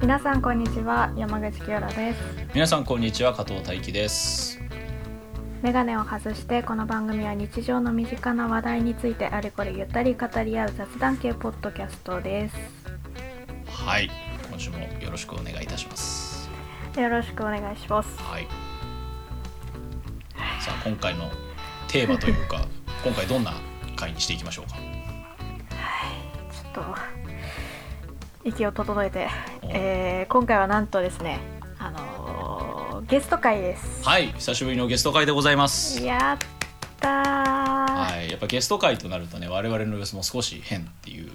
皆さんこんにちは山口清良です皆さんこんにちは加藤大輝ですメガネを外してこの番組は日常の身近な話題についてあれこれゆったり語り合う雑談系ポッドキャストですはい今週もよろしくお願いいたしますよろしくお願いしますはいさあ今回のテーマというか 今回どんな回にしていきましょうかちょっと息を整えて、おえー今回はなんとですねあのーゲスト会ですはい久しぶりのゲスト会でございますやったーはいやっぱゲスト会となるとね我々の様子も少し変っていう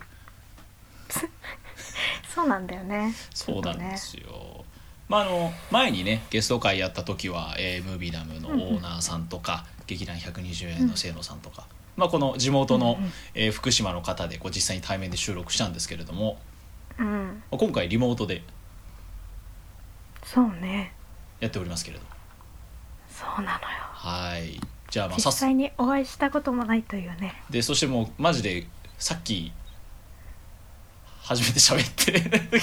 そうなんだよねそうなんでちすよ、まああの前にねゲスト会やった時は、えームービーダムのオーナーさんとか、劇団120円の清野さんとか、まあ、この地元の、えー福島の方でこう実際に対面で収録したんですけれどもょっとねうんまあ今回リモートでそうねやっておりますけれどそうなのよはいじゃあまあ実さっ際にお会いしたこともないというねでそしてもうマジでさっき初めて喋って っ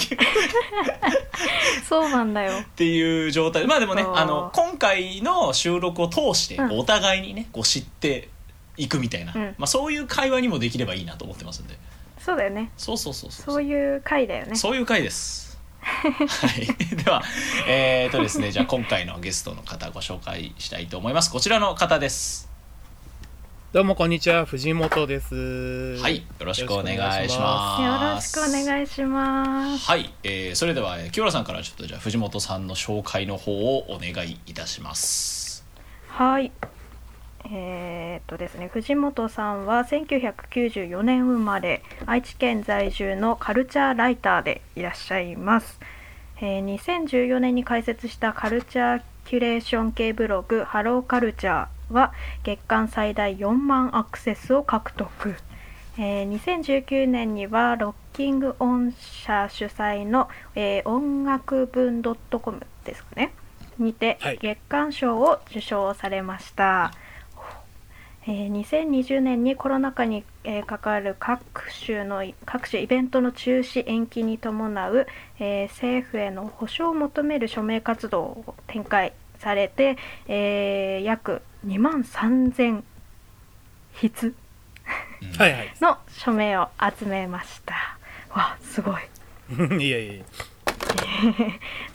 そうなんだよていう状態でまあでもねそうあの今回の収録を通してうんお互いにねこう知っていくみたいな、うんまあ、そういう会話にもできればいいなと思ってますんでそうだよねそうそうそうそうそういう回だよねそういう回です。 はい、では、えーとですね、じゃあ今回のゲストの方ご紹介したいと思います。こちらの方です。どうもこんにちは藤本です。はい、よろしくお願いしよまろす。しくお願いしますはい、えー、それではえー清原さんからちょっとじゃあ藤本さんの紹介の方をお願いいたします。はいえーっとですね藤本さんは1994年生まれ愛知県在住のカルチャーライターでいらっしゃいます、えー2014年に開設したカルチャーキュレーション系ブログ「ハローカルチャー」は月間最大4万アクセスを獲得えー2019年にはロッキングオン社主催の、えー音楽分 .com ですかねにてはい月間賞を受賞されました、えー2020年にコロナ禍に、えー関わる各種の各種イベントの中止延期に伴う、えー政府への補償を求める署名活動を展開されて、えー約2万3000筆うんはいはい。の署名を集めました。わあすごい。い やいやいや。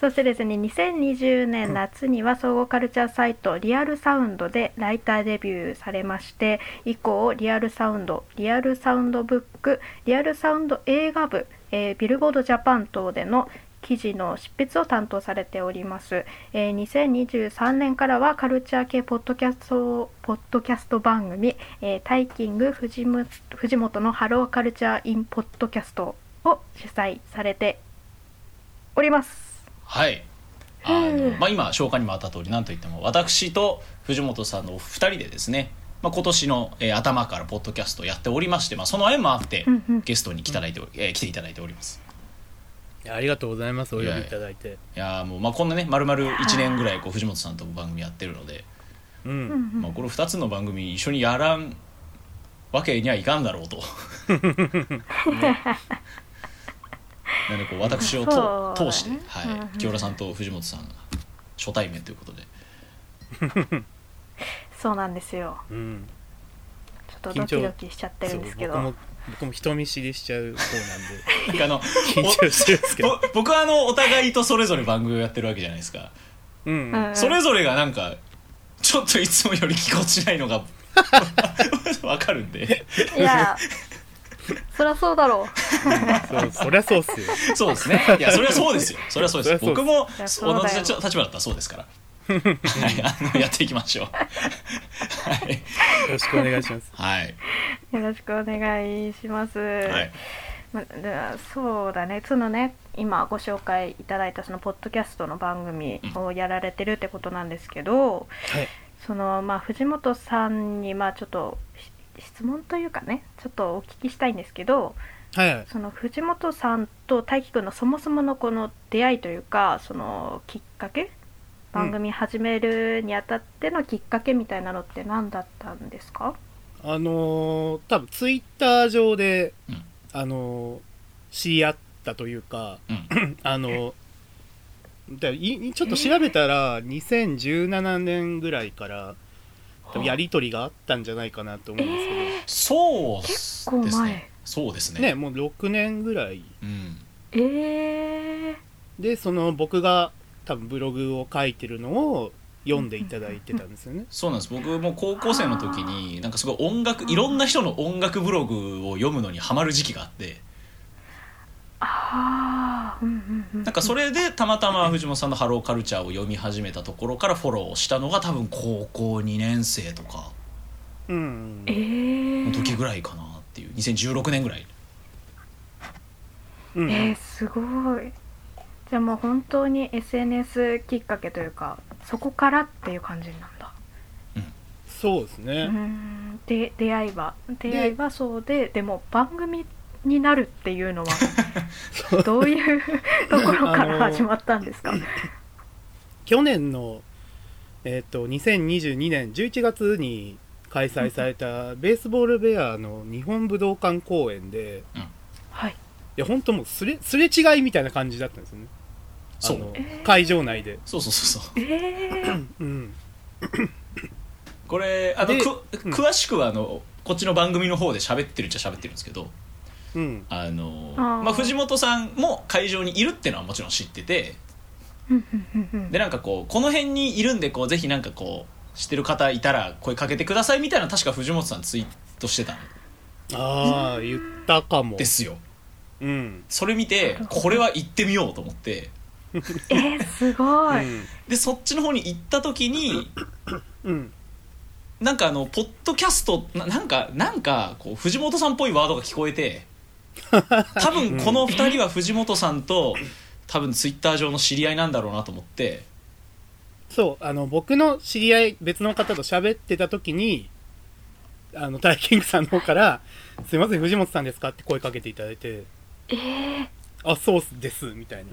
そしてですね2020年夏には総合カルチャーサイトリアルサウンドでライターデビューされまして以降リアルサウンドリアルサウンドブックリアルサウンド映画部、えービルボードジャパン等での記事の執筆を担当されております、えー2023年からはカルチャー系ポッドキャストポッドキャスト番組「えータイキング藤む藤本のハローカルチャーインポッドキャスト」を主催されております。はい。あうのんまあ今紹介にもあった通り、なんといっても私と藤本さんのお二人でですね。まあ今年の、えー頭からポッドキャストをやっておりまして、まあその縁もあってうんうんゲストに来ただいており、えー来ていただいております。いやありがとうございますお呼びいただいて。いやーもうまあこんなねまるまる1年ぐらいこう藤本さんと番組やってるので、う。うんんうんまあ、この2つの番組一緒にやらんわけにはいかんだ ろうと。なのでこう私をとそう通して、ねうんうはんい、清原さんと藤本さんが初対面ということでそうなんですようん。ちょっとドキドキしちゃってるそんうですけ僕ども僕も人見知りしちゃう方なんかあのなんで緊張してるんですけお ど。ぼ僕はあのお互いとそれぞれ番組をやってるわけじゃないですか、うん。うん それぞれがなんかちょっといつもよりぎこちないのが わかるんでい やそりゃそうだろそうそりゃそうっすよ。そうですね。いや、それはそうですよ。それはそうです。そりゃ僕そうもです同じそりゃそうだよ立立場だったらそうですから。はい、あのやっていきましょう。はい、よろしくお願いします。はい、うよろしくお願いします、はい、まではそうだねそのね今ご紹介いただいたそのポッドキャストの番組をやられてるってことなんですけど、はいそのまあ藤本さんにまあちょっとし質問というかねちょっとお聞きしたいんですけど、はいはい。その藤本さんと大輝くんのそもそものこの出会いというかそのきっかけ番組始めるにあたってのきっかけみたいなのって何だったんですか、あのー多分ツイッター上でうんあのー知り合ったというかうん、あのーだいちょっと調べたら、2017年ぐらいから多分やり取りがあったんじゃないかなと思うんですけど、そうで結す構前ねそうですねね、もう6年ぐらいうんえー、でその僕が多分ブログを書いてるのを読んでいただいてたんですよね。そうなんです僕も高校生の時になんかすごい音楽いろんな人の音楽ブログを読むのにハマる時期があってああうんうんうんなんかそれでたまたま藤本さんの「ハローカルチャー」を読み始めたところからフォローしたのが多分高校2年生とかうんえーの時ぐらいかなっていう2016年ぐらいうんえー、すごいじゃあもう本当に SNS きっかけというかそこからっていう感じなんだそうですうーね。んで出会いは出会いはそうででも番組になるっていうのはそうどういう ところかあのら始まったんですか、去年の、えっと2022年11月に開催されたベースボールベアの日本武道館公演ではいいや本当もうすれすれ違いみたいな感じだったんですよねあそうのえー会場内で、そうそうそうそうえー、うん、これあのでくうん詳しくはあのこっちの番組の方で喋ってるっちゃ喋ってるんですけどうん、あのあーまあ、藤本さんも会場にいるってのはもちろん知っててうんうんうんうんでなんかこうこの辺にいるんでこうぜひなんかこう知ってる方いたら声かけてくださいみたいな確か藤本さんツイートしてたんああ言ったかもですようん、それ見てこれは行ってみようと思ってえー、すごい、うんでそっちの方に行った時にうん、なんかあのポッドキャストななんかなんかこう藤本さんっぽいワードが聞こえて多分この2人は藤本さんと多分ツイッター上の知り合いなんだろうなと思ってそうあの僕の知り合い別の方と喋ってた時にあのタイキングさんの方から「すいません藤本さんですか?」って声かけていただいてえ「あそうっすです」みたいな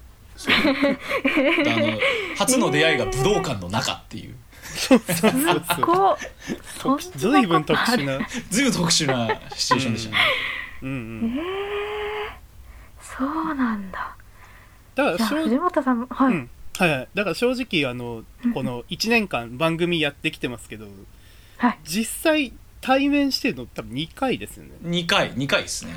であの初の出会いが武道館の中っていうー、すっごそんなことあるずいぶ ん特殊な、ずいぶん特殊なシチュエーションでしたね、えうんうん、ー、そうなんだだじかゃあら正藤本さんもはうい、んはいはい、だから正直あのこの1年間番組やってきてますけどはい実際対面してるの多分2回ですよね2回2回ですね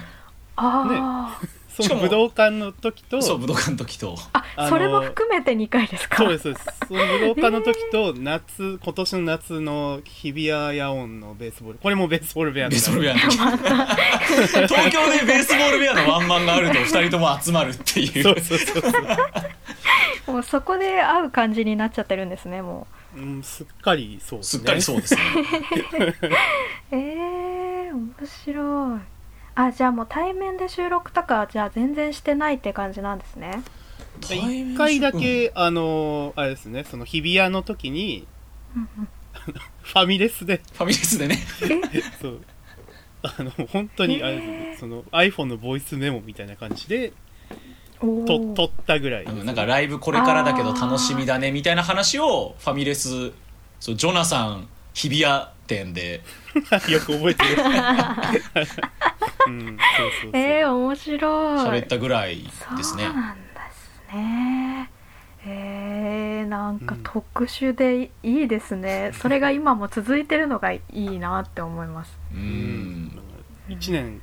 ああ、そしかのも武道館の時とそう武道館の時とあのあそれも含めて2回ですかそう ですそうですその武道館の時と夏今年の夏の日比谷野音のベースボールこれもベースボールベアベのースボール ベアの時東京でベースボールベアのワンマンがあると2人とも集まるっていうそうそうそうそう、もうそこで会う感じになっちゃってるんですねもうん、すっかりそうですすねっかりそうですねうえー、面白いあじゃあもう対面で収録とかじゃあ全然してないって感じなんですね1回だけ、あのあれですねその日比谷の時にうんファミレスでファミレスでねうんえそうあの本当にあれですね、その iPhone のボイスメモみたいな感じでおとー撮ったぐらいです、うんなんかライブこれからだけど楽しみだねみたいな話をファミレスそうジョナサン日比谷店で よく覚えてるうんそうそうそう、 えー、面白い喋ったぐらいですねそうなんですねえー、なんか特殊でいいですね、それが今も続いてるのがいいなって思いますううんん1年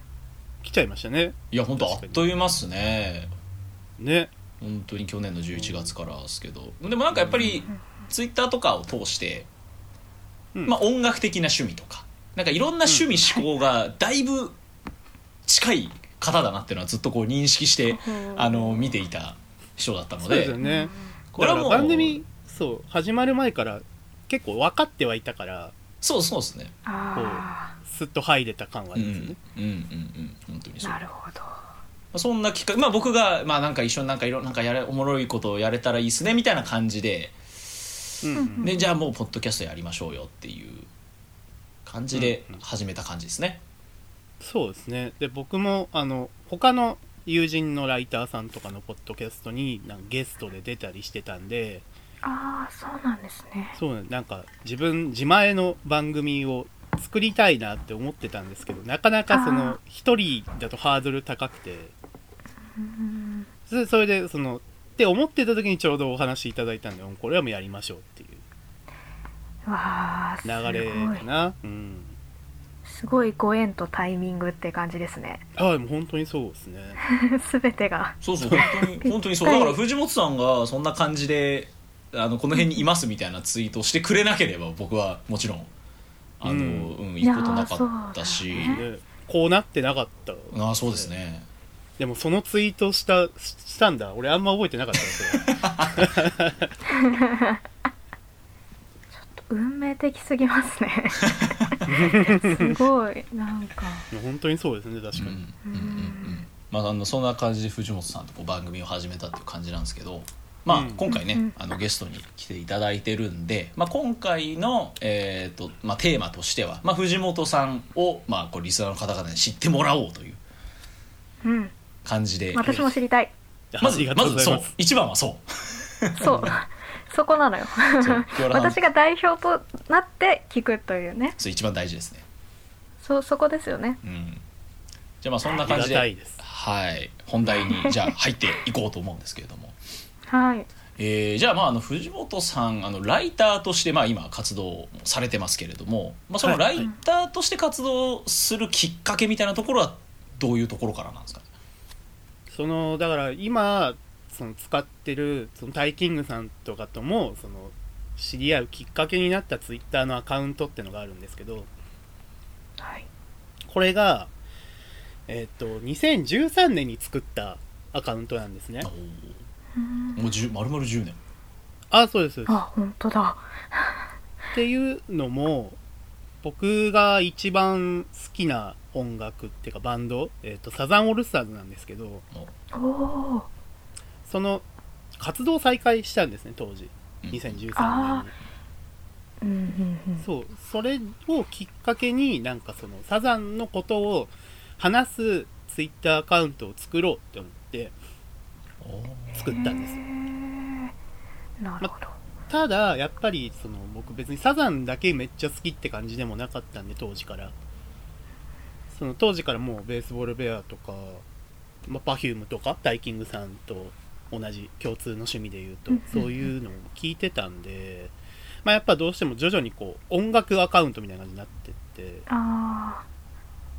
来ちゃいましたねいや本当あっという間っすねね本当に去年の11月からですけどでもなんかやっぱりツイッターとかを通して、うんまあ、音楽的な趣味とかなんかいろんな趣味思考がだいぶ近い方だなっていうのはずっとこう認識してうんあの見ていた人だったのそうですよでねこれだかはらもう番組そう始まる前から結構分かってはいたからそうそうですねあすっと入れた感はあうんりうんますね、うんうん本当にあそうなるほどそんな企画、まあ、僕が、まあ、なんか一緒になんかいろなんかやれおもろいことをやれたらいいっすねみたいな感じでうんうんでじゃあもうポッドキャストやりましょうよっていう感じでうんうん始めた感じですね。そうですねで僕もあの他の友人のライターさんとかのポッドキャストになんかゲストで出たりしてたんでああそうなんですねそうねなんか自分自前の番組を作りたいなって思ってたんですけどなかなかそあーの一人だとハードル高くてうんそれそれでそのって思ってた時にちょうどお話いただいたんでうんこれはもうやりましょうっていうわあすごい流れかなうんすごいご縁とタイミングって感じですね ああもう本当にそうですね全てがそうそう本当に 本当にそうだから藤本さんがそんな感じであのこの辺にいますみたいなツイートをしてくれなければ僕はもちろんあの、ううんん行くことなかったしいやーそうだねねこうなってなかったああそうですねでもそのツイートしたししたんだ俺あんま覚えてなかったですよ運命的すぎます ねすごいなんかいや 本当にそうですね確うんかうんうに、んうんまああのそんな感じで藤本さんとこう番組を始めたっていう感じなんですけどまあ、うん今回ね、うんあのゲストに来ていただいてるんで、まあ、今回の、えーとまあ、テーマとしては、まあ、藤本さんを、まあ、こうリスナーの方々に知ってもらおうといううん感じで私も知りたいまあずりがとまうごずざいそまうす一番はそうそう そこなのよそう清原さん私が代表となって聞くというねそう一番大事ですね、そそこですよねうん、じゃあまあそんなあ感りじがでたいですはい本題にじゃあ入っていこうと思うんですけれども、はいえーじゃあまああの藤本さんあのライターとしてまあ今活動もされてますけれども、まあ、そのラはいイターとして活動するきっかけみたいなところはどういうところからなんですかねそのだから今その使ってるそのタイキングさんとかともその知り合うきっかけになったツイッターのアカウントってのがあるんですけどはいこれがえっ、と2013年に作ったアカウントなんですねうんおーもう10丸々10年あそうですそうですあ本当だっていうのも僕が一番好きな音楽っていうかバンド、えー、とサザンオールスターズなんですけどおおその活動再開したんですね当時うん2013あ年うんうんうにんそうそれをきっかけになんかそのサザンのことを話すツイッターアカウントを作ろうって思っておー作ったんですよへーなるほど、ただやっぱりその僕別にサザンだけめっちゃ好きって感じでもなかったんで当時からその当時からもうベースボールベアとか、まあ、Perfume とかダイキングさんと同じ共通の趣味で言うとうんうんうんそういうのを聞いてたんで、まあ、やっぱどうしても徐々にこう音楽アカウントみたいな感じになってってあ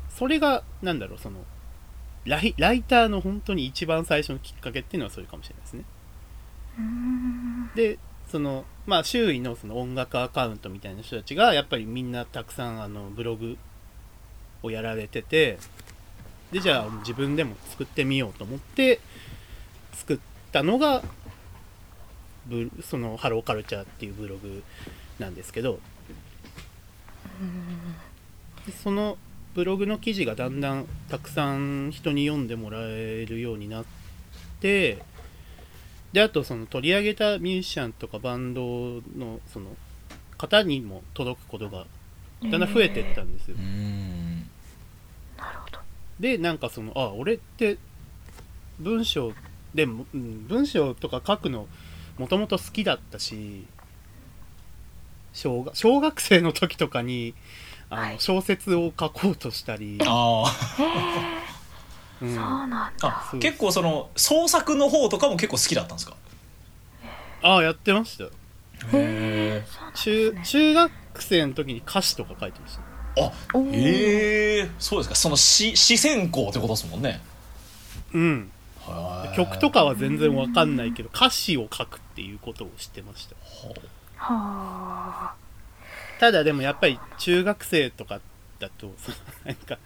それがなんだろうそのライライターの本当に一番最初のきっかけっていうのはそれかもしれないですねーうーんでそのまあ周囲のその音楽アカウントみたいな人たちがやっぱりみんなたくさんあのブログをやられててでじゃあ自分でも作ってみようと思って作ったのがブそのハローカルチャーっていうブログなんですけどでそのブログの記事がだんだんたくさん人に読んでもらえるようになってであとその取り上げたミュージシャンとかバンドのその方にも届くことがだんだん増えてったんですようーんなるほどでなんかそのあ俺って文章でも、うん文章とか書くのもともと好きだったし小学小学生の時とかにあの、はい小説を書こうとしたり、 あーうんそうなあんだあ結構その創作の方とかも結構好きだったんですかあやってましたへえ中中学生の時に歌詞とか書いてましたあおーええそうですかその詩詩選考ってことですもんねうんはい曲とかは全然わかんないけど歌詞を書くっていうことをしてましたほうはあただでもやっぱり中学生とかだとそのなんか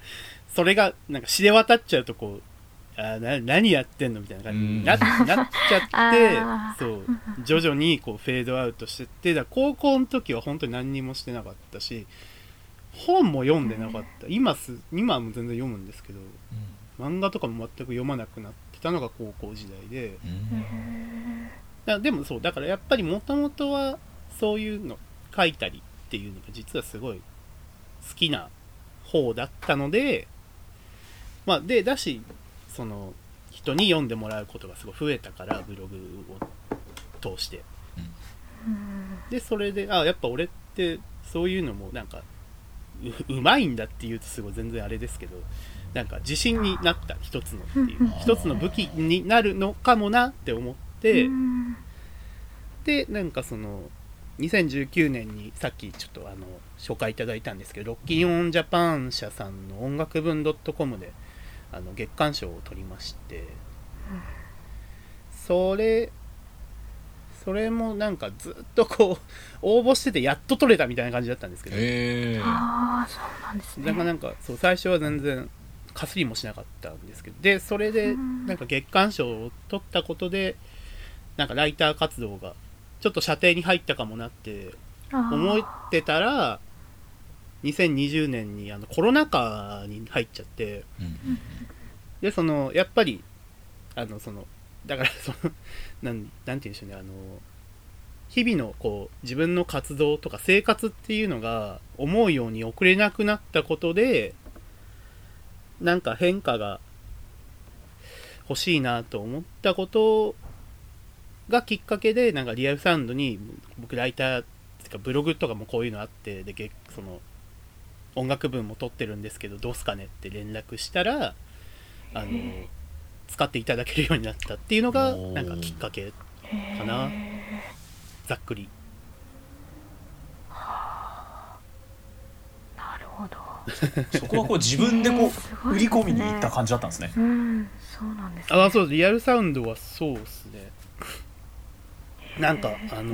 それがなんか知れ渡っちゃうとこうあーな何やってんのみたいな感じにな,、なっちゃあっーてそう徐々にこうフェードアウトしてってだから高校の時は本当に何にもしてなかったし本も読んでなかった今す今はもう全然読むんですけど漫画とかも全く読まなくなってたのが高校時代でうんうんだでもそうだからやっぱりもともとはそういうの書いたりっていうのが実はすごい好きな方だったのでまあでだしその人に読んでもらうことがすごい増えたからブログを通してうんでそれであやっぱ俺ってそういうのもなんかううまいんだっていうとすごい全然あれですけどなんか自信になった一つのっていううんうん一つの武器になるのかもなって思って、うんでなんかその2019年にさっきちょっとあの紹介いただいたんですけどロッキンオンジャパン社さんの音楽分 .com であの月間賞を取りましてそれそれもなんかずっとこう応募しててやっと取れたみたいな感じだったんですけどえああそうなんですねなかなかそう最初は全然かすりもしなかったんですけどでそれでうんなんか月間賞を取ったことでなんかライター活動がちょっと射程に入ったかもなってあー思ってたら2020年にあのコロナ禍に入っちゃってえうんでそのやっぱりあのそのだからそのなんなんて言うんでしょうねあの日々のこう自分の活動とか生活っていうのが思うように送れなくなったことでなんか変化が欲しいなと思ったことがきっかけでなんかリアルサウンドに僕ライターっていうかブログとかもこういうのあってでげその音楽分も撮ってるんですけどどうすかねって連絡したらあの使っていただけるようになったっていうのがおーなんかきっかけかなざっくりなるほどそこはこう自分でこええすうごい売ですねり込みに行った感じだったんですね。うんそうなんですねあそうリアルサウンドはそうですねなんかあの、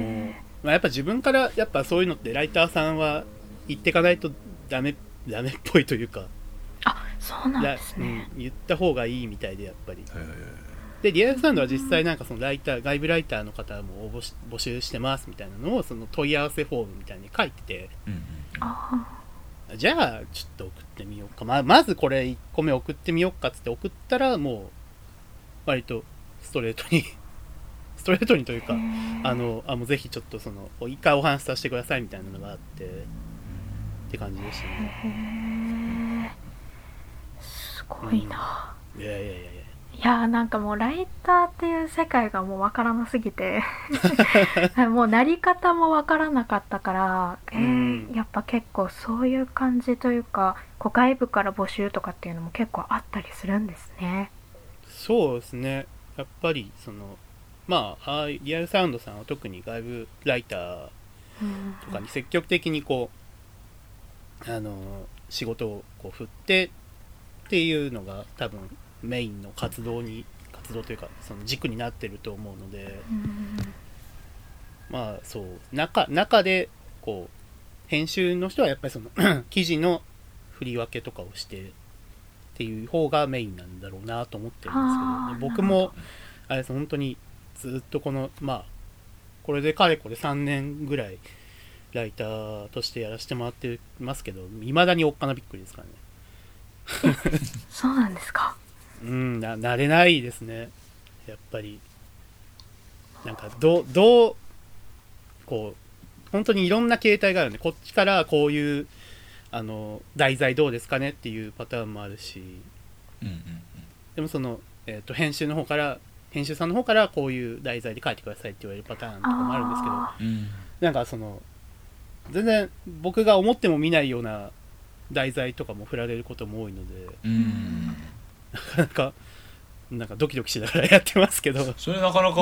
まあ、やっぱ自分からやっぱそういうのってライターさんは言ってかないとダメダメっぽいというかあそうなんらですねうん言った方がいいみたいでやっぱりへでリアルサウンドは実際なんかそのライター外部ライターの方も応募し募集してますみたいなのをその問い合わせフォームみたいに書いててえうんうんあじゃあちょっと送ってみようかままずこれ1個目送ってみようかっつって送ったらもう割とストレートに ストレートにというかあのあもうぜひちょっとそのお一回お話しさせてくださいみたいなのがあってって感じでしたねーへえすごいないやいやいやいやいやーなんかもうライターっていう世界がもうわからなすぎ てもうなり方もわからなかったから、えーうんやっぱ結構そういう感じというかこう外部から募集とかっていうのも結構あったりするんですね。そうですねやっぱりそのまあああいうリアルサウンドさんは特に外部ライターうんとかに積極的にこう、あの仕事をこう振ってっていうのが多分メインの活動に活動というかその軸になってると思うのでうんまあそう中中でこう編集の人はやっぱりその 記事の振り分けとかをしてっていう方がメインなんだろうなと思ってるんですあけーど僕もあれです本当にずっとこのまあこれでかれこれ3年ぐらいライターとしてやらせてもらってますけど未だにおっかなびっくりですからねそうなんですか。うんな慣れないですねやっぱりなんかどうどうこう本当にいろんな形態があるんでこっちからこういうあの題材どうですかねっていうパターンもあるしうんうんうんでもその、えー、と編集の方から編集さんの方からこういう題材で書いてくださいって言われるパターンとかもあるんですけどあうんなんかその全然僕が思っても見ないような題材とかも振られることも多いのでうんなんかなんかドキドキしながらやってますけどそれなかなか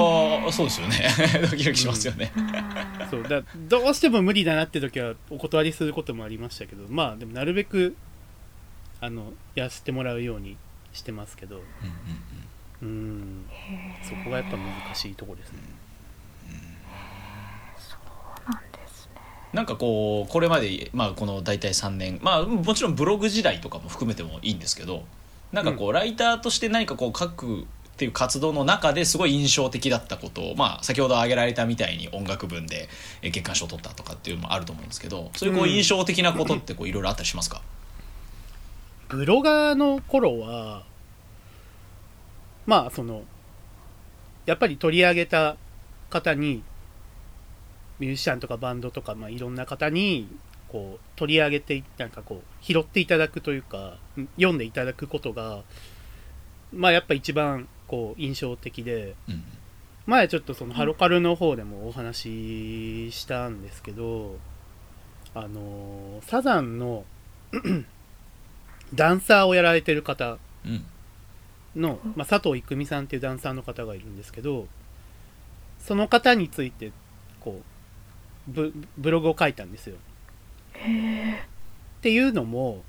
そうですよねドキドキしますよね。ーそうだどうしても無理だなって時はお断りすることもありましたけどまあでもなるべくあのやらせてもらうようにしてますけどうんうんうんうんそこがやっぱ難しいところですねそうなんですね。なんかこうこれまで、まあ、この大体3年、まあ、もちろんブログ時代とかも含めてもいいんですけどなんかこう、ライターとして何かこう書くっていう活動の中ですごい印象的だったことを、まあ、先ほど挙げられたみたいに音楽文でえー月間賞を取ったとかっていうのもあると思うんですけどそういうこううん印象的なことってこういろいろあったりしますか、ブロガーの頃はまあそのやっぱり取り上げた方にミュージシャンとかバンドとか、まあ、いろんな方にこう取り上げていなんかこう拾っていただくというかん読んでいただくことがまあやっぱ一番こう印象的でうんうん前ちょっとそのハロカルの方でもお話ししたんですけど、あのサザンの ダンサーをやられてる方うんの、まあ、佐藤郁美さんっていうダンサーの方がいるんですけどその方についてこうブブログを書いたんですよ。っていうのも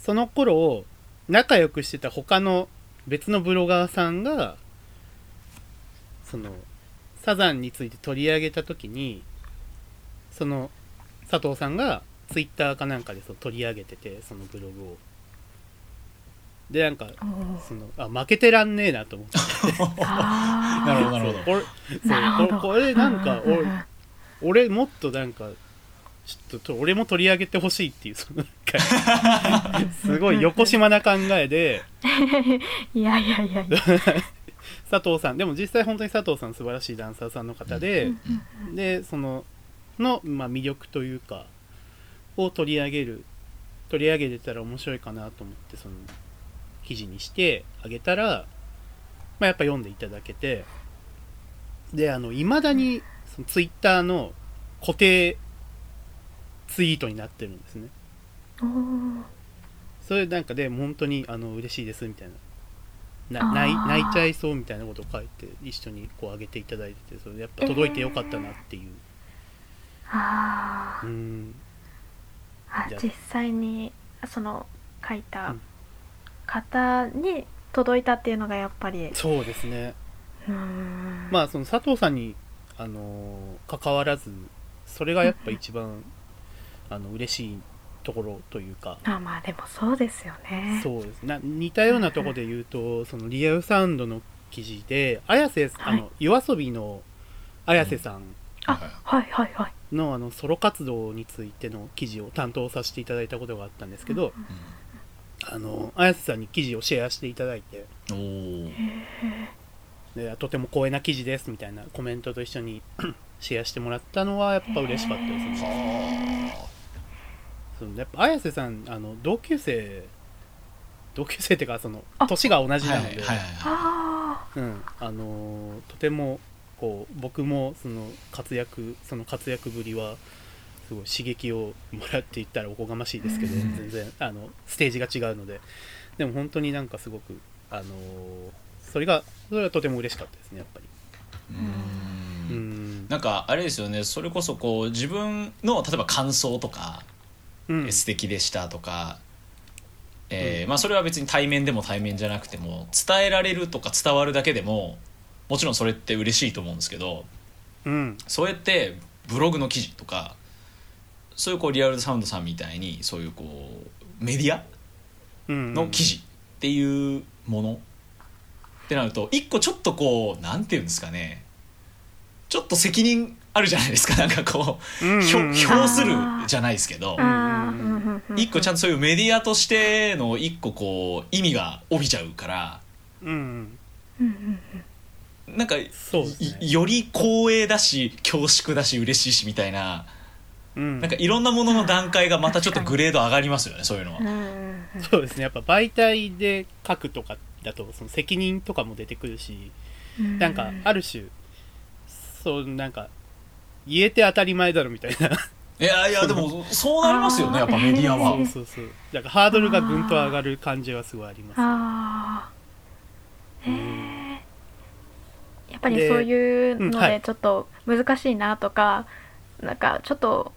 その頃仲良くしてた他の別のブロガーさんがそのサザンについて取り上げた時にその佐藤さんがツイッターかなんかでそう取り上げててそのブログを。でなんかそのあ負けてらんねえなと思ってあなるほどなるほどこれなそるうこほどれこれなんかうんうんうん俺俺もっとなんかちょっとと俺も取り上げてほしいっていうその なんかすごい横島な考えでいやいやいやいや佐藤さんでも実際本当に佐藤さん素晴らしいダンサーさんの方で、でそのの、まあ、魅力というかを取り上げる取り上げてたら面白いかなと思ってその記事にしてあげたら、まあ、やっぱ読んでいただけてであの未だにそのツイッターの固定ツイートになってるんですねおーそれなんかで本当にあの嬉しいですみたいなあなー泣い泣いちゃいそうみたいなことを書いて一緒にこう上げていただいててそれやっぱ届いてよかったなっていう、あーうんあじゃあ実際にその書いうたん方に届いたっていうのがやっぱりそうですねうんまあその佐藤さんにあのー関わらずそれがやっぱ一番あの嬉しいところというかあまあでもそうですよねそうですな似たようなところで言うとそのリアルサウンドの記事で綾瀬、あはの夜遊びの綾瀬さんあはいはいはいはいのあのソロ活動についての記事を担当させていただいたことがあったんですけど、あの綾瀬さんに記事をシェアしていただいてうんおーでとても光栄な記事ですみたいなコメントと一緒に シェアしてもらったのはやっぱ嬉しかったですね。はそのやっぱ綾瀬さんあの同級生同級生っていうかそのあ年が同あじはいなはのいで、はいはいあうん、あのーとてもこう僕もその活躍その活躍ぶりはすごい刺激をもらっていったらおこがましいですけどうん全然あのステージが違うのででも本当になんかすごく、あのーそれがそれはとても嬉しかったですねやっぱり。ううんんなんかあれですよねそれこそこう自分の例えば感想とかうん素敵でしたとか、えーまあ、それは別に対面でも対面じゃなくても伝えられるとか伝わるだけでももちろんそれって嬉しいと思うんですけどうんそうやってブログの記事とかそういうこうリアルサウンドさんみたいにそういうこうメディアうんの記事っていうものってなると一個ちょっとこうなんていうんですかねちょっと責任あるじゃないですかなんかこうんうんううんひょ評するじゃないですけーどあーうんうんうんうん一個ちゃんとそういうメディアとしての一個こう意味が帯びちゃうからうんうんうんなんか、そうですねいより光栄だし恐縮だし嬉しいしみたいなうんなんかいろんなものの段階がまたちょっとグレード上がりますよねそういうのうんうは。んうんそうですねやっぱ媒体で書くとかだとその責任とかも出てくるしうんなんかある種そうなんか言えて当たり前だろみたいないやいやでもそうなりますよねやっぱメディアはそう。そうそうなんかハードルがぐんと上がる感じはすごいありますああへえやっぱりでそういううんのはでいちょっと難しいなとか、なんかちょっと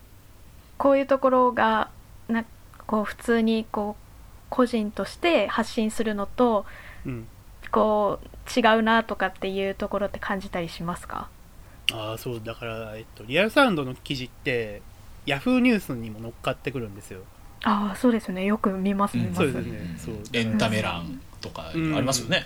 こういうところがなんかこう普通にこう個人として発信するのとうんこう違うなとかっていうところって感じたりしますかああそうだから、えっと、リアルサウンドの記事ってヤフーニュースにも乗っかってくるんですよああそうですねよく見ます見ます、そうですねそうエンタメ欄とかありますよね。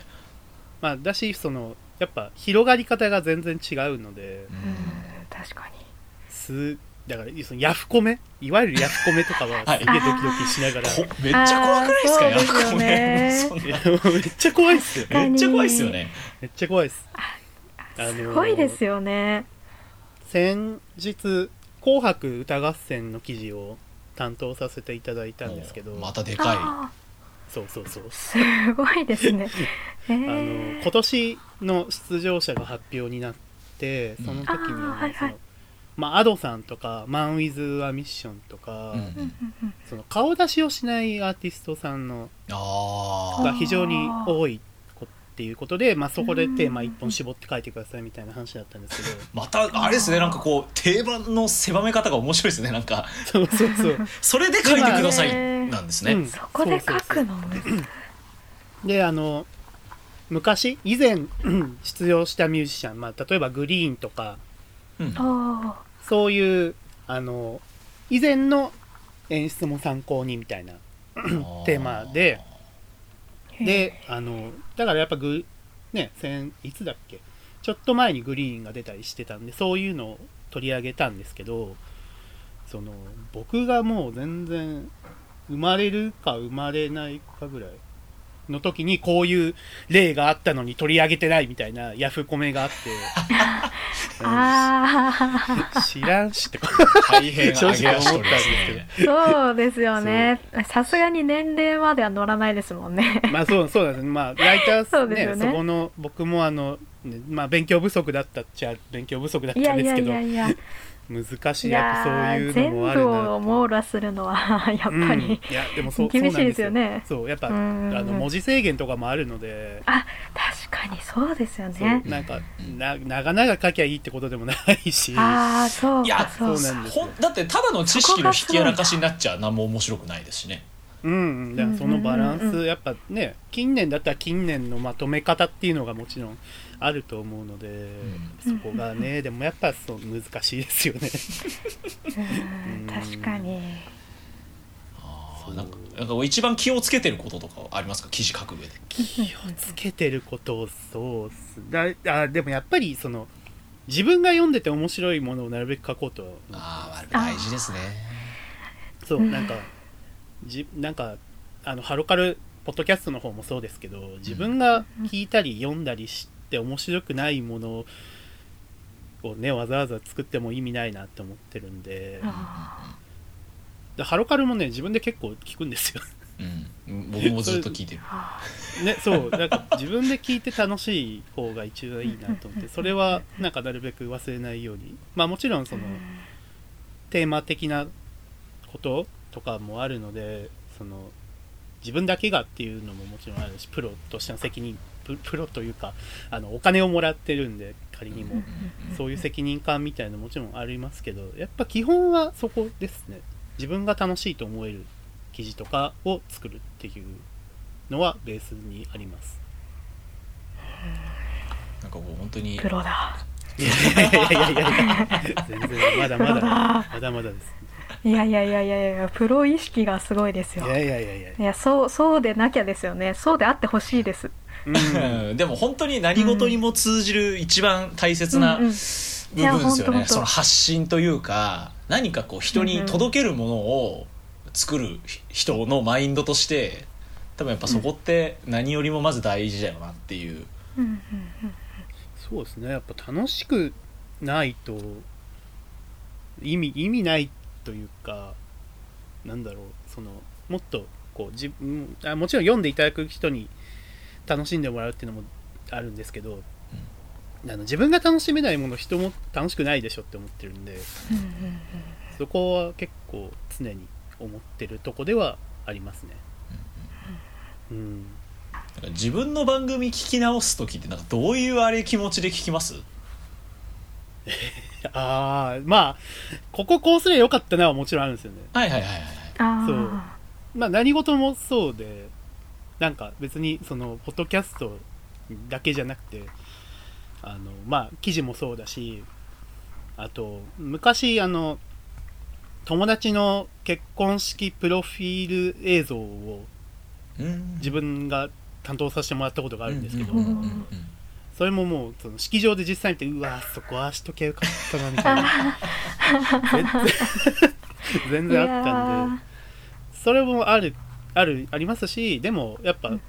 まあだしそのやっぱ広がり方が全然違うのでうん確かにすだからそのヤフコメいわゆるヤフコメとかははいすげえドキドキしながら、こめっちゃ怖くないですかあーそうですよねやっぱこれいやもうめっちゃ怖いっすよそんなめっちゃ怖いですよね。めっちゃ怖いっすあのーすごいですよね先日「紅白歌合戦」の記事を担当させていただいたんですけど、またでかい。あそうそうそうーすごいです ねへあのえ今年の出場者が発表になってその時にうんあーはいはいそのまあ Ado さんとか「マン・ウィズ・ア・ミッション」とか、うんうんうんうんその顔出しをしないアーティストさんのあが非常に多いこっていうことで、まあ、そこでテーマ1本絞って書いてくださいみたいな話だったんですけど またあれですねなんかこう定番の狭め方が面白いですねなんかそうそうそうそれで書いてくださいなんですね、うんそこで書そうそうそくの難しいであの昔以前 出場したミュージシャン、まあ、例えばグリーンとかうんあそういうあの以前の演出も参考にみたいなテーマでーであのだからやっぱグね先いつだっけちょっと前にグリーンが出たりしてたんでそういうのを取り上げたんですけどその僕がもう全然生まれるか生まれないかぐらいの時にこういう例があったのに取り上げてないみたいなヤフコメがあってう んあ知らんしってこ大変上げ足取りですねーそうですよねさすがに年齢までは乗らないですもんね まあそうそうなんですねまあライターそうスですねよそねこの僕もあの、ねまあ、勉強不足だったっちゃ勉強不足だ っいたやんいですやけいどやいや難しいい ややっぱそういうーの全もあ部るをな網羅するのはやっぱうん、いりやでもそう 厳しいですよそうなんねそうやっぱあうんの文字制限とかもあるので確かにそうですよそうねなんかな長々書きゃいいってことでもないしああそういかやそうそかうなんですほんだってただの知識の引きやらかしになっちゃ何も面白くないですしねうん、だからそのバランうんうんうんスやっぱね近年だったら近年のまとめ方っていうのがもちろんあると思うので、うんそこがねでもやっぱそう難しいですよね。うん確かにあーなんかなんかこう一番気をつけてることとかありますか記事書く上で気をつけてることをそうっすだあでもやっぱりその自分が読んでて面白いものをなるべく書こうとはああ大事ですねそうなんかじなんかあのハロカルポッドキャストの方もそうですけど自分が聞いたり読んだりして面白くないものをねわざわざ作っても意味ないなって思ってるんであでハロカルもね自分で結構聞くんですようん僕もずっと聞い てるーあねそうなんか自分で聞いて楽しい方が一番いいなと思ってそれはなんかなるべく忘れないようにまあもちろんそーのテーマ的なこととかもあるのでその自分だけがっていうのももちろんあるしプロとしての責任ププロというかあのお金をもらってるんで仮にもそういう責任感みたいなのもちろんありますけどやっぱ基本はそこですね自分が楽しいと思える記事とかを作るっていうのはベースにありますなんかこう本当にプロだいやいやいやいやいや全然まだまだまだまだですいやいやいやいやいやプロ意識がすごいですいよやいやいやいやいやそうそうでなきゃですよねそうであってほしいですう んうんでも本当に何事にも通じる一番大切なうんうん部分ですいや本よ当ね本当その発信というか何かこう人に届けるものを作る人のマインドとして多分やっぱそこって何よりもまず大事だよなっていううんうんうんそうですねやっぱ楽しくないと意味意味ないというかなんだろうそのもっとこう自分あもちろん読んでいただく人に楽しんでもらうっていうのもあるんですけど、あの自分が楽しめないもの人も楽しくないでしょって思ってるんでうんうんそこは結構常に思ってるとこではありますね。うん、なんか自分の番組聞き直す時ってなんかどういうあれ気持ちで聞きますああまあこここうすればよかったなはもちろんあるんですよね。はいはいはいはいあまあ何事もそうで、なんか別にその、ポッドキャストだけじゃなくて、あの、まあ記事もそうだし、あと、昔あの、友達の結婚式プロフィール映像をうん自分が担当させてもらったことがあるんですけど、うんうんそれももうその式場で実際見てうわーそこああしときゃよかったなみた いな全然全ー然あったんでそれもあるあるありますしでもやっぱ、いやー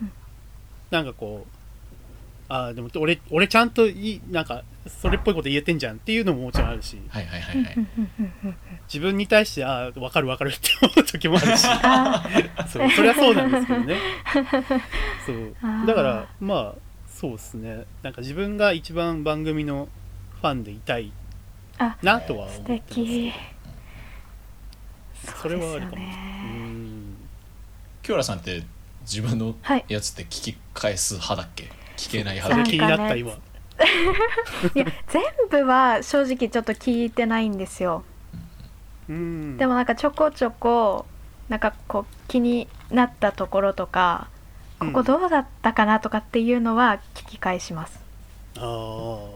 なんかこうああでも俺俺ちゃんといいなんかそれっぽいこと言えてんじゃんっていうのももちろんあるしはいはいはいはいうんうんうんうん自分に対してああわかるわかるって思う時もあ るしそうそれはそうなんですけどねそうだからまあそうですねなんか自分が一番番組のファンでいたいあなとは思っ素てます敵それはあるかもそうですよしれないねうん清原さんって自分のはいやつって聞き返す派だっけ聞けないそはずれなんか気ねになった今いや全部は正直ちょっと聞いてないんですようんでもなんかちょこちょこなんかこう気になったところとかここどうだったかなとかっていうのは聞き返しますあーそ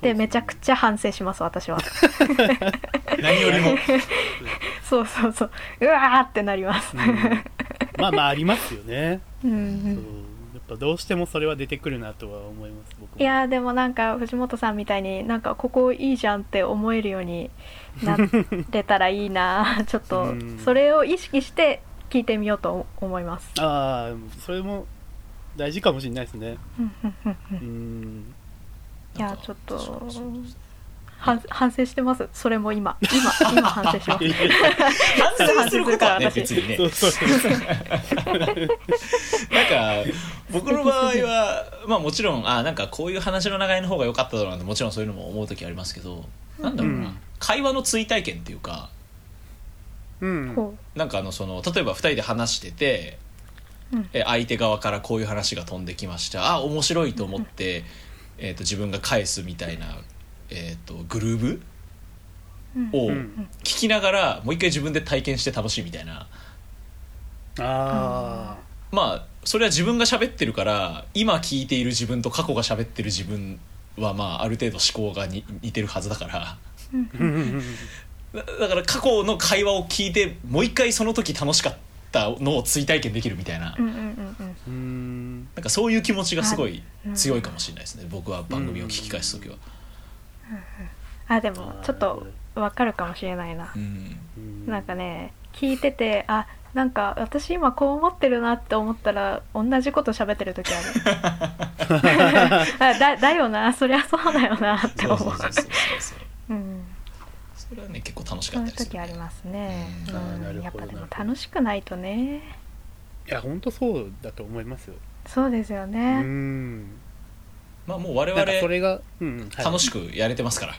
うでめちゃくちゃ反省します私は 何よりもそうそうそううわーってなりますゃ、うんまあまあありますよね、 うんうそうんやっぱどうしてもそれは出てくるなとは思います僕もいやーでもなんか藤本さんみたいになんかここいいじゃんって思えるようになれたらいいなちょっとうんそれを意識して聞いてみようと思いますああそれも大事かもしれないですねうんうんうんううんんいやなんかちょっとそうそうそう反反省してますそれも今今今反省し ますいやい反省することはね反省別すにねやそうそうなんか僕の場合はまあもちろんあなんかこういう話の流れの方が良かっただろうなってもちろんそういうのも思う時ありますけどなんだろうな、うん会話の追体験っていうかうん こなんかあのその例えば2人で話してて、うんえ相手側からこういう話が飛んできましたあ面白いと思って、えー、と自分が返すみたいな、えー、とグルーブうんをうん聞きながらもう一回自分で体験して楽しいみたいなああまあそれは自分が喋ってるから今聞いている自分と過去が喋ってる自分はまあある程度思考がに似てるはずだから。うんうんうんうんだだから過去の会話を聞いてもう一回その時楽しかったのを追体験できるみたいな,、うんうんうんうんうーんなんかそういう気持ちがすごいうん強いかもしれないですね僕は番組を聞き返す時は、あでもちょっとわかるかもしれないなうんうんなんかね聞いててあなんか私今こう思ってるなって思ったら同じこと喋ってる時あ るあだだよなそりゃそうだよなってそう思そううそうそうそううんそれはね結構楽しかそうっいたうです時ありますね、ううんんあーなるやっほぱどでなもるほど楽しくないとねいや本当そうだと思いますよそうですようね、んまあもう我なんかそ々れが、うんうんはい楽しくやれてますから、い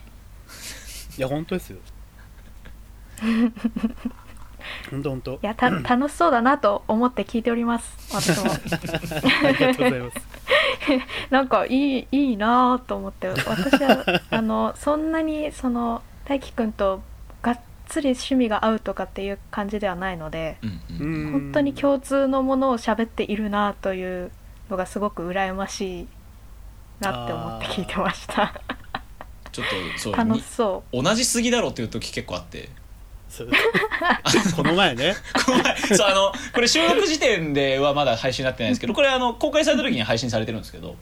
や本 当ですよ本当本当いや た楽しそうだなと思って聞いております私もありがとうございますなんかいいいいなぁと思って私はあのそんなにその大輝くんとがっつり趣味が合うとかっていう感じではないのでうんうんうん本当に共通のものを喋っているなぁというのがすごく羨ましいなって思って聞いてましたちょっとそう楽にしそ同じすぎだろうっていう時結構あってそうこの前ねこの前そうあのこれ収録時点ではまだ配信になってないんですけどこれあの公開された時に配信されてるんですけど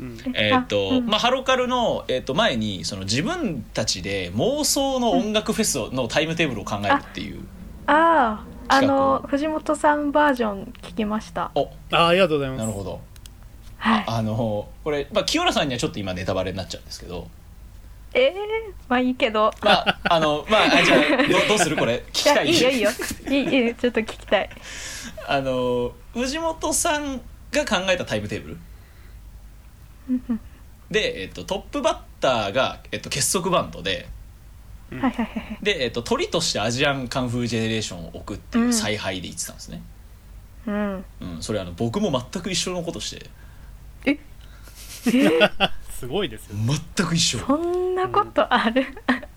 うんうえーとあうんまあ、ハロカルの、えー、と前にその自分たちで妄想の音楽フェスをのタイムテーブルを考えるっていうあああ企の画を藤本さんバージョン聞きましたおあありがとうございますなるほどはいあのこれ、まあ、清原さんにはちょっと今ネタバレになっちゃうんですけどええまあいいけどまああのまああじゃあ どどうするこれ聞きいやたいいいよいいよいいいいちょっと聞きたい あの藤本さんが考えたタイムテーブルで、えー、とトップバッターが、えー、と結束バンドでうんはいはいはいで、えー、と鳥としてアジアンカンフージェネレーションを置くっていう采配で言ってたんですね、うんうん、それあの僕も全く一緒のことしてすごいですよ全く一緒そんなことある、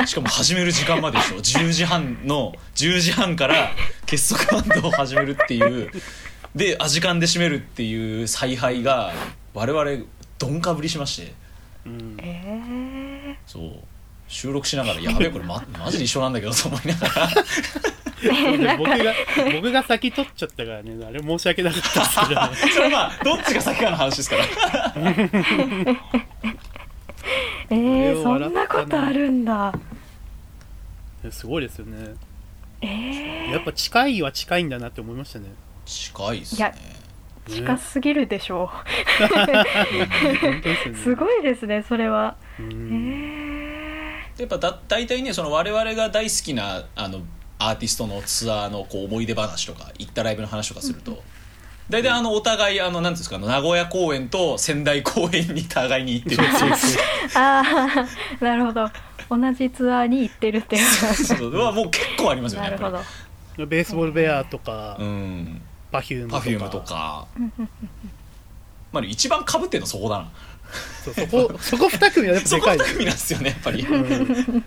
しかも始める時間まで一緒10時半の10時半から結束バンドを始めるっていうでアジカンで締めるっていう采配が我々どんかぶりしましてうんえそう収録しながら「やべえこれ、ま、マジで一緒なんだけど」と思いながらそうね僕が僕が先取っちゃったからねあれ申し訳なかったですけ どそれはまあどっちが先かの話ですからええこれー、をそ笑んったななことあるんだすごいですよねええやっぱ近いは近いんだなって思いましたね近いっすいねや近すぎるでしょ本当ですようねすごいですねそれはうええんやっぱだ大体ねその我々が大好きなあのアーティストのツアーのこう思い出話とか行ったライブの話とかすると大体あのお互いあのなんていうんですかあの名古屋公演と仙台公演に互いに行ってるそうそうああ なるほど同じツアーに行ってるっていう そうはもう結構ありますよねなるほどやっベースボールベアとか、ぱりうん Perfume とか パフュームとかまあ、一番かぶってるのそこだなそうそこそこ2組はやっぱそでこかい二で組なんですよねやっぱりうん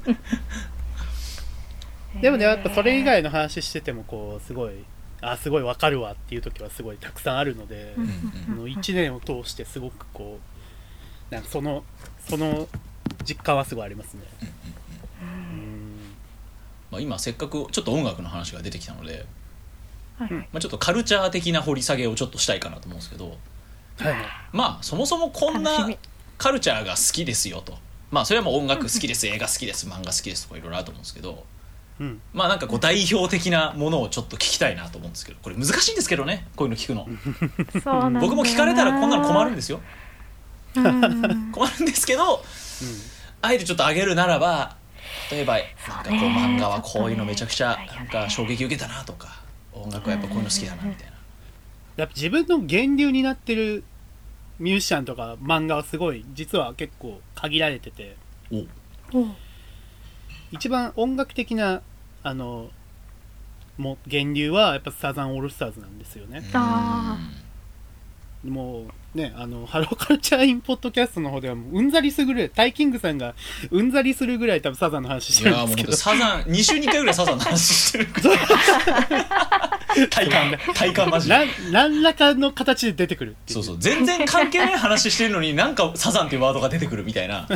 でもねやっぱそれ以へ外の話しててもこうすごいあすごいわかるわっていう時はすごいたくさんあるので、ーうんあの1年を通してすごくこうなんかそのその実感はすごいありますね。うんまあ今せっかくちょっと音楽の話が出てきたので、はいはいまあ、ちょっとカルチャー的な掘り下げをちょっとしたいかなと思うんですけどはいはいまあそもそもこん楽しなみカルチャーが好きですよとまあそれはもう音楽好きです映画好きです漫画好きですとかいろいろあると思うんですけどうんまあなんかこう代表的なものをちょっと聞きたいなと思うんですけどこれ難しいんですけどねこういうの聞くのそうなんだよな僕も聞かれたらこんなの困るんですようん困るんですけどあえてちょっと上げるならば例えばなんかそこううね漫画はこういうのめちゃくちゃちょっとねなんか衝撃受けたなとか音楽はやっぱこういうの好きだなみたいなやっぱ自分の源流になってるミュージシャンとか漫画はすごい実は結構限られてておおう一番音楽的なあのも源流はやっぱサザンオールスターズなんですよね、あもうねあのハローカルチャーインポッドキャストの方ではもううんざりするぐらいタイキングさんがうんざりするぐらい多分サザンの話しいてやるーもんうです本け当どにサザン2週に1回ぐらいサザンの話してるから 体感体感マジで な何らかの形で出てくるっていうそうそう全然関係ない話してるのになんかサザンっていうワードが出てくるみたいな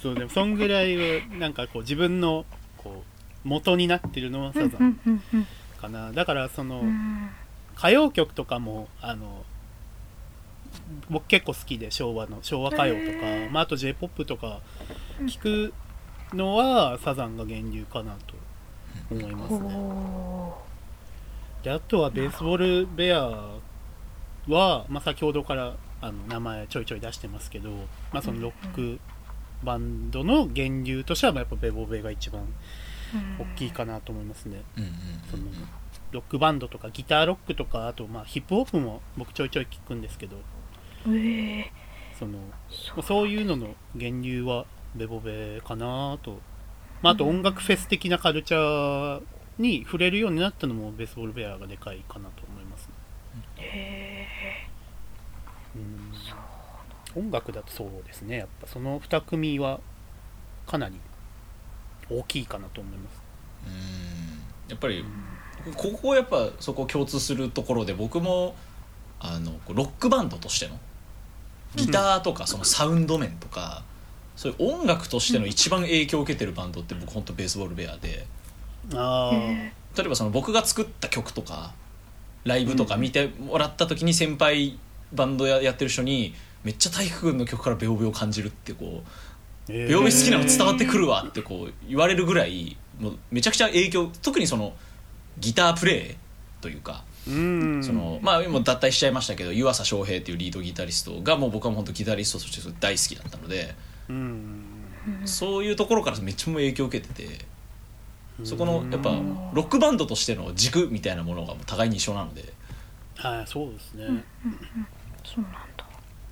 そうでもそんぐらいはなんかこう自分のこう元になってるのはサうザんンうんうんかなだからその、うん歌謡曲とかもあの僕結構好きで昭和の昭和歌謡とか、へーまあ、あと j p o p とか聞くのはサザンが源流かなと思いますおねーであとはベースボールベアは、まあ、先ほどからあの名前ちょいちょい出してますけど、まあ、そのロックバンドの源流としてはまあやっぱベボベが一番うん大きいかなと思いますねうんうんそのロックバンドとかギターロックとかあとまあヒップホップも僕ちょいちょい聞くんですけどええそのまあそういうのの源流はベボベかなと、まあ、あと音楽フェス的なカルチャーに触れるようになったのもベースボールベアがでかいかなと思いますね、へうん音楽だとそうですねやっぱその2組はかなり大きいかなと思いますやっぱりここやっぱそこ共通するところで僕もあのロックバンドとしてのギターとかそのサウンド面とか、そういう音楽としての一番影響を受けてるバンドって僕本当ベースボールベアであーへ例えばその僕が作った曲とかライブとか見てもらった時に先輩バンドややってる人にめっちゃ体育君の曲からベオベオ感じるってこうえベオベオ好きなの伝わってくるわってこう言われるぐらいもうめちゃくちゃ影響特にそのギタープレイというかうんそのまあもう脱退しちゃいましたけど湯浅翔平っていうリードギタリストがもう僕はもう本当ギタリストとして大好きだったので、うんそういうところからめっちゃもう影響を受けててそこのやっぱロックバンドとしての軸みたいなものがもう互いに一緒なのでっはいそうですね、ーそうなんだ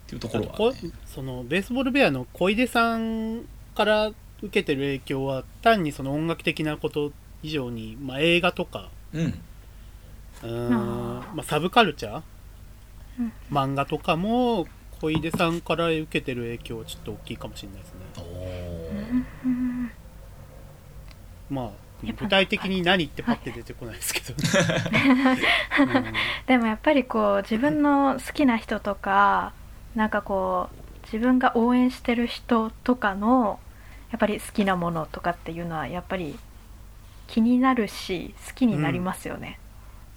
ていうところこは、ね、そのベースボールベアの小出さんから受けてる影響は単にその音楽的なこと以上に、まあ、映画とかうんうーんまあ、サブカルチャーうん漫画とかも小出さんから受けてる影響はちょっと大きいかもしれないですねおうんうんまあ具体的に何ってパッて出てこないです けど、うんでもやっぱりこう自分の好きな人とかなんかこう自分が応援してる人とかのやっぱり好きなものとかっていうのはやっぱり気になるし好きになりますよね。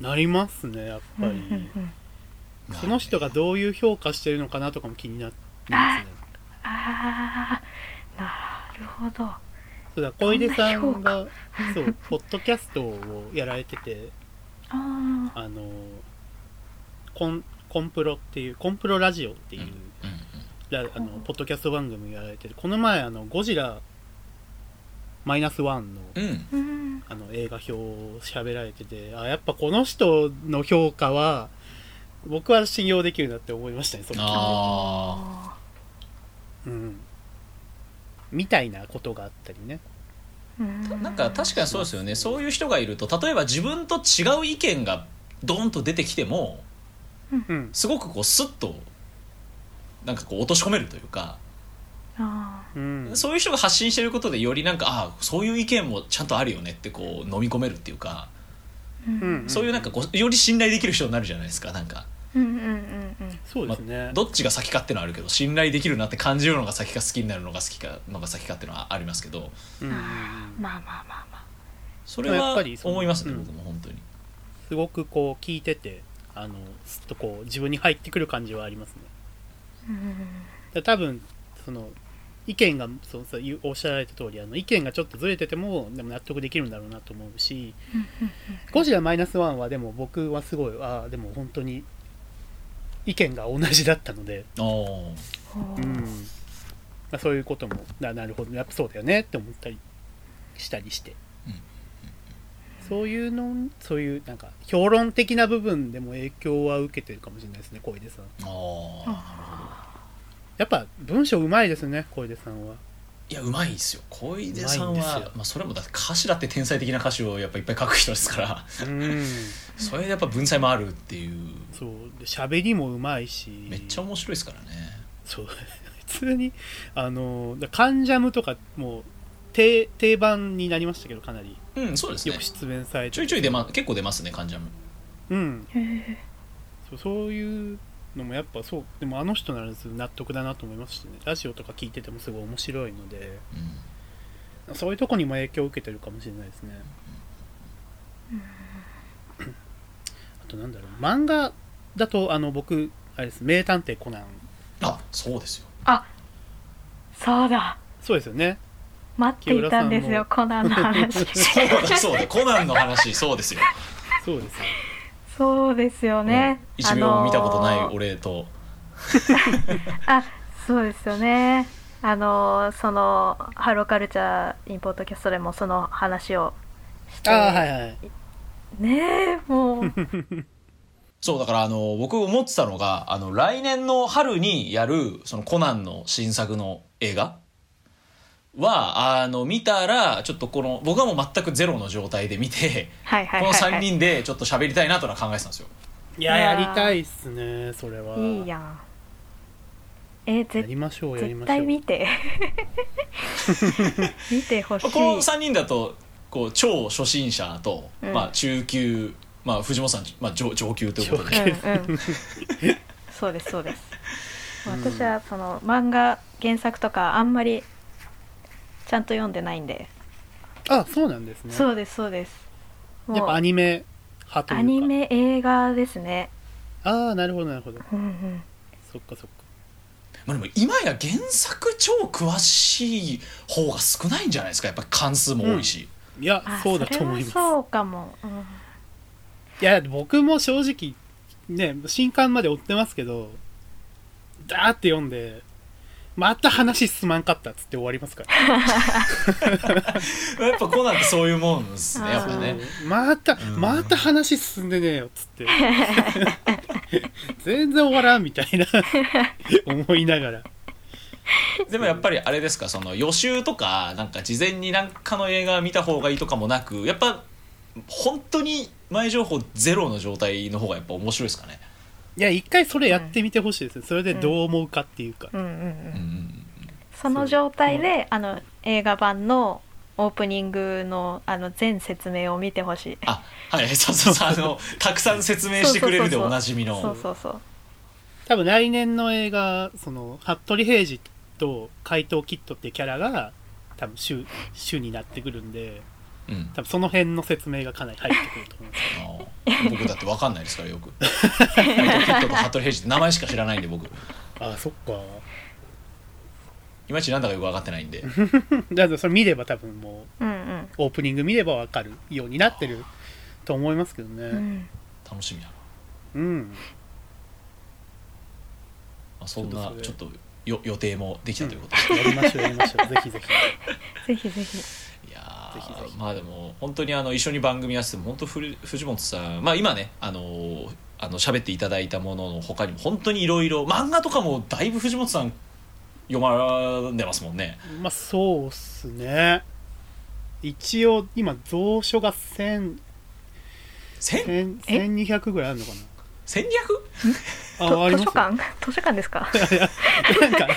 なりますねやっうんぱうり、んうんまあその人がどういう評価してるのかなとかも気になりますねああなるほど。そうだ小出さどんんなが そうポッドキャストをやられててああのコンコンプロっていうコンプロラジオっていう、うんうんラあのポッドキャスト番組やられてるこの前あのゴジラマイナスワンのうんーうんあの映画表を喋られててあやっぱこの人の評価は僕は信用できるなって思いましたねそのああうんみたいなことがあったりねーーなんか確かにそうですよねそういう人がいると例えば自分と違う意見がドーンと出てきてもうんすごくこうスッとなんかこう落とし込めるというか、あうんそういう人が発信してることでよりなんかああそういう意見もちゃんとあるよねってこう飲み込めるっていうか、ーうんうんそういうなんかこうより信頼できる人になるじゃないですかなんかうんうんうんうんそうですね、どっちが先かってのはあるけど信頼できるなって感じるのが先か好きになるのが好きかのが先かってのはありますけどうんうんうんまあまあまあまあそれはやっぱりその思いますねうん僕も本当に。すごくこう聞いててあのすっとこう自分に入ってくる感じはありますねうんで多分その意見がそうそう言うおっしゃられた通りあの意見がちょっとずれててもでも納得できるんだろうなと思うし「ゴジラマイナスワンはでも僕はすごいああでも本当に意見が同じだったので、あーほううんまあ、そういうこともななるほどやっぱそうだよねって思ったりしたりして、うんそういうのそういうなんか評論的な部分でも影響は受けてるかもしれないですね小出さんあーやっぱ文章うまいですね小出さんはいやうまいですよ小出さんうまいはんですよまあ、それもだって歌詞だって天才的な歌詞をやっぱいっぱい書く人ですからうんそれでやっぱ文才もあるっていうそうで喋りもうまいしめっちゃ面白いですからねそう 普通にあのだカンジャムとかもう定定番になりましたけどかなりうんそうですよねく出演されてちょいちょい出ま結構出ますね患者もうんへえそうそういうのもやっぱそうでもあの人ならず納得だなと思いますしねラジオとか聞いててもすごい面白いのでうんそういうとこにも影響を受けてるかもしれないですねあとなんだろう漫画だとあの僕あれです名探偵コナンあそうですよそうだそうですよね待っていたんですよコナンの話そう だ そうだコナンの話そうですよ、そうですよそうですよね、うん一秒も見たことないあのー俺と、あそうですよねあのーそのハローカルチャーインポートキャストでもその話をしてああはいはいねえ もうそうだからあの僕思ってたのがあの来年の春にやるそのコナンの新作の映画はあの見たらちょっとこの僕はもう全くゼロの状態で見てはいはいはい、はい、この3人でちょっと喋りたいなとは考えてたんですよ。いやいややーりたいっすねそれはいいやんえやぜりましょうやり絶ましょ対う見 て 見てほしまいあこの3人だとこう超初心者と、うんまあ、中級、まあ、藤本さん、まあ、上上級ということ上で級うんうん、そうですそうです私はその漫画原作とかあんまりちゃんと読んでないんで、あそうなんですねそうですそうですやっぱアニメ派というかアニメ映画ですねああなるほどなるほどうんうんそっかそっかまあ、でも今や原作超詳しい方が少ないんじゃないですかやっぱり関数も多いし。いやあそうだと思いそれはまそうかも、うんすいや僕も正直ね新刊まで追ってますけどダーって読んでまた話進まんかったっつって終わりますからやっぱコナンってそういうもんですねやっぱねうんまたうんまた話進んでねえよっ つって全然終わらんみたいな 思いながらでもやっぱりあれですかその予習とかなんか事前に何かの映画見た方がいいとかもなくやっぱ本当に前情報ゼロの状態の方がやっぱ面白いですかねいや一回それやってみてほしいですねそれでどう思うかっていうか、うんうんううんんうんその状態であの映画版のオープニングのあの全説明を見てほしいあはいそうそうそうあのたくさん説明してくれるでおなじみそのうそうそう多分来年の映画その服部平次と怪盗キットっていうキャラが多分主主になってくるんでうん多分その辺の説明がかなり入ってくると思うんですあの僕だって分かんないですからよくナイトキッドと服部平次って名前しか知らないんで僕けどああそっかいまいちなんだかよく分かってないんでだからそれ見れば多分もううんうんオープニング見ればわかるようになってると思いますけどうねん楽しみだな、うん、まあ、そんそなうですちょっねとよ予定もできたということでやりましょうやりましょうぜひぜひぜひぜひいやぜひぜーひまあでも本当にあの一緒に番組やってても本当ふる藤本さんまあ今ねあのーあの喋っていただいたものの他にも本当にいろいろ漫画とかもだいぶ藤本さん読まれますもんねまあそうっすね一応今蔵書が1000 1000 1000 1200ぐらいあるのかな戦略あとあり図ます書よ館 図書館です かなんか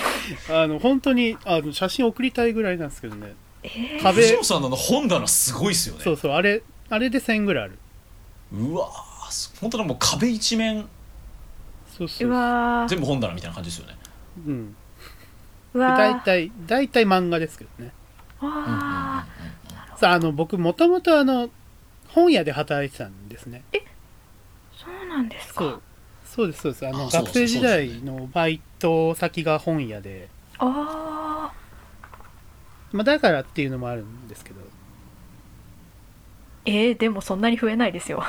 あの本当にあの写真送りたいぐらいなんですけどねえー壁藤本さんのあの本棚すごいっすよねそうそうあれあれで1000ぐらいあるうわーす本当だもう壁一面そうそううわー全部本棚みたいな感じですよねうんうでわー大体大体漫画ですけどねわーさああの僕もともとあの本屋で働いてたんですねそうなんですそかうそうですそうですあのあそうそう学生時代のバイト先が本屋で、あまあ、だからっていうのもあるんですけどーえー、でもそんなに増えないですよ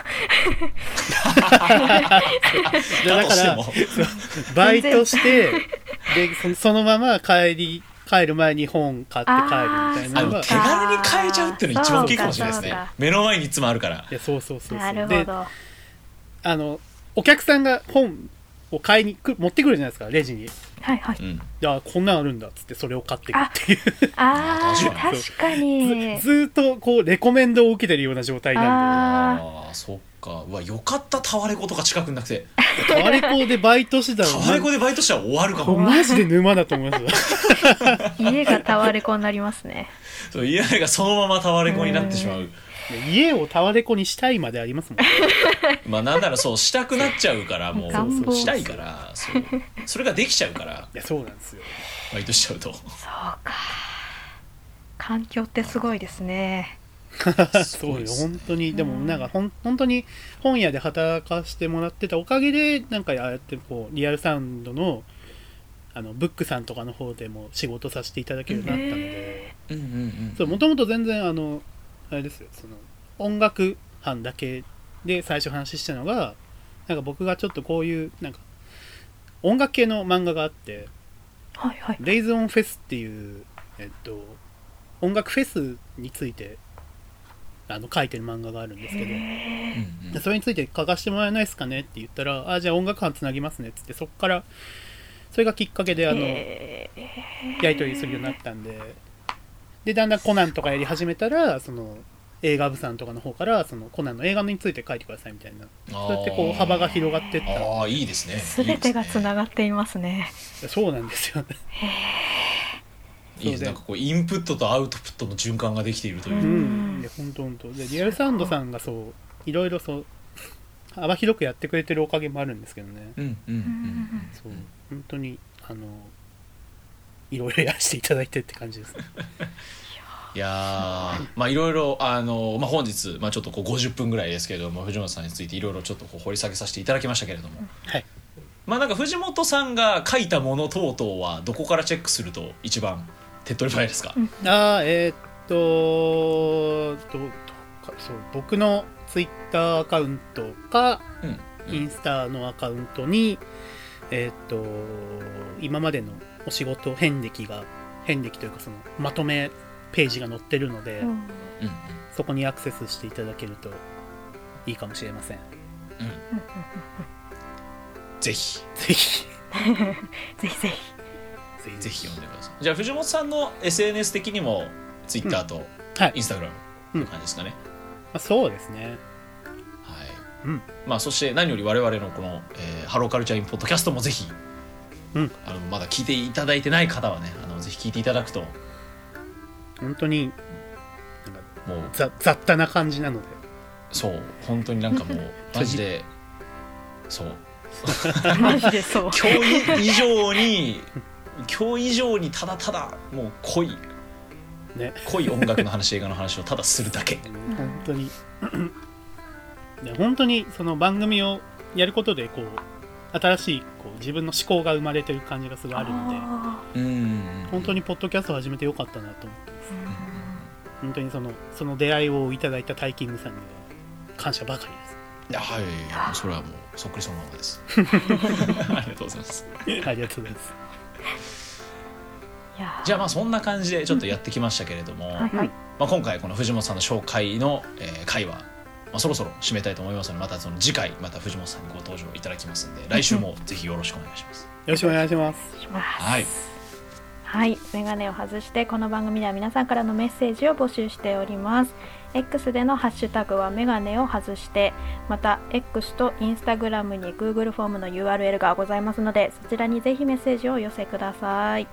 だだとかしてらもバイトしてでそそのまま帰り帰る前に本買って帰るみたいあなののが手軽に変えちゃうっていうの一番大きいかもしれないですそうねかそうか目の前にいつもあるからいやそうそうそうそうなるほでどあのお客さんが本を買いにく持ってくるじゃないですかレジにはいはいうんいやこんなんあるんだっつってそれを買っていくっていうあー確かに確かに ずずーっとこうレコメンドを受けてるような状態なんああそっかうわよかったタワレコとか近くなくてでタワレコでバイトしてたタワレらコでバイトしたら終わるかこうもマジで沼だと思いますよ 家がタワレコになりますねそう家がそのままタワレコになってしまう家をタワレコにしたいまでありますもんまあなんならそうしたくなっちゃうからも願う望したいからそうそれができちゃうからいやそうなんですよバイトしちゃうとそうか環境ってすごいですね すそごういでよすね本当にでもなんかほん本当に本屋で働かせてもらってたおかげでなんかああやってこうリアルサウンドのあのブックさんとかの方でも仕事させていただけるようになったのでへうんうんそうもともと全然あのあれですよその音楽班だけで最初話したのがなんか僕がちょっとこういうなんか音楽系の漫画があってーはいはいレイズオンフェスっていう、えっと、音楽フェスについてあの書いてる漫画があるんですけど、うんうんでそれについて書かせてもらえないですかねって言ったら、あじゃあ音楽班つなぎますねっつって、そこから、それがきっかけで、あの、えやり取りするようになったんで、で、だんだんコナンとかやり始めたら、その、映画部さんとかの方から、そのコナンの映画について書いてくださいみたいな、そうやってこう幅が広がってったんああいいですねー、全てがつながっていますねで、そうなんですよね。いいですねなんかこうインプットとアウトプットの循環ができているというう、んん、いや本当本当でリアルサウンドさんがそういろいろそう幅広くやってくれてるおかげもあるんですけどねうんうんうんそう本当にあのいろいろやらせていただいてって感じですねいやーまあいろいろあの、まあ、本日、まあ、ちょっとこう50分ぐらいですけれども藤本さんについていろいろちょっとこう掘り下げさせていただきましたけれども、はいまあなんか藤本さんが書いたもの等々はどこからチェックすると一番手っ取り早いですか、うんあーえーっとどどうかそう僕のツイッターアカウントかうんインスタのアカウントに、えーっと今までのお仕事遍歴が遍歴というかそのまとめページが載ってるので、うんうんうんそこにアクセスしていただけるといいかもしれません。 うんぜひぜひぜひ、ぜひ ぜひぜひ読んでくださいじゃあ藤本さんの SNS 的にも Twitter とはい、ま Instagram の感じですかね、あ、そうですね。はいうん、まあ、そして何より我々のこの、えーハローカルチャーインポッドキャストもぜひ、うんあのまだ聞いていただいてない方はねあのぜひ聞いていただくと本当にもうざ雑多な感じなので、そう本当になんかもう マジでそうマジでそう今日以上に 今日以上にただただもう濃いね、濃い音楽の話映画の話をただする だけ本当に、 で本当にその番組をやることでこう新しいこう自分の思考が生まれてる感じがすごいあるので、あうん本当にポッドキャストを始めてよかったなと思ってます。ーうん本当にそのその出会いをいただいたタイキングさんには感謝ばかりです。いやはいもうそれはもうそっくりそのままです ありがとうございますありがとうございます。いやじゃあまあそんな感じでちょっとやってきましたけれども、あはいはいまあ、今回この藤本さんの紹介の、えー回は、まあ、そろそろ締めたいと思いますのでまたその次回また藤本さんにご登場いただきますので来週もぜひよろしくお願いします。よろしくお願いします。しますはいはい、メガネを外してこの番組では皆さんからのメッセージを募集しております。X でのハッシュタグはメガネを外して、また X と Instagram に Google フォームの URL がございますので、そちらにぜひメッセージをお寄せください。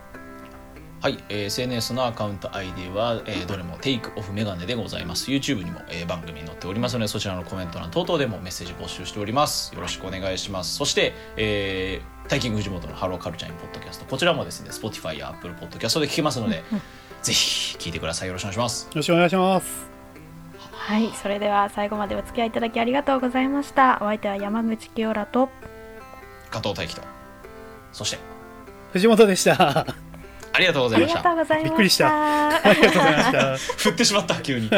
はい、えー SNS のアカウント ID は、えーどれもテイクオフメガネでございます。YouTube にも、えー番組に載っておりますので、そちらのコメント欄等々でもメッセージ募集しております。よろしくお願いします。そして、えータイキング藤本のハローカルチャーインポッドキャスト、こちらもですね、Spotify や Apple ポッドキャストで聞けますので、ぜひ聞いてください。よろしくお願いします。ろしくお願いしますはい、それでは最後までお付き合いいただきありがとうございました。お相手は山口清良と、加藤大輝と、そして、藤本でしあたりがとうござあいりましがたと。うございました。びっくりしたありがとうございました振ってしまった急に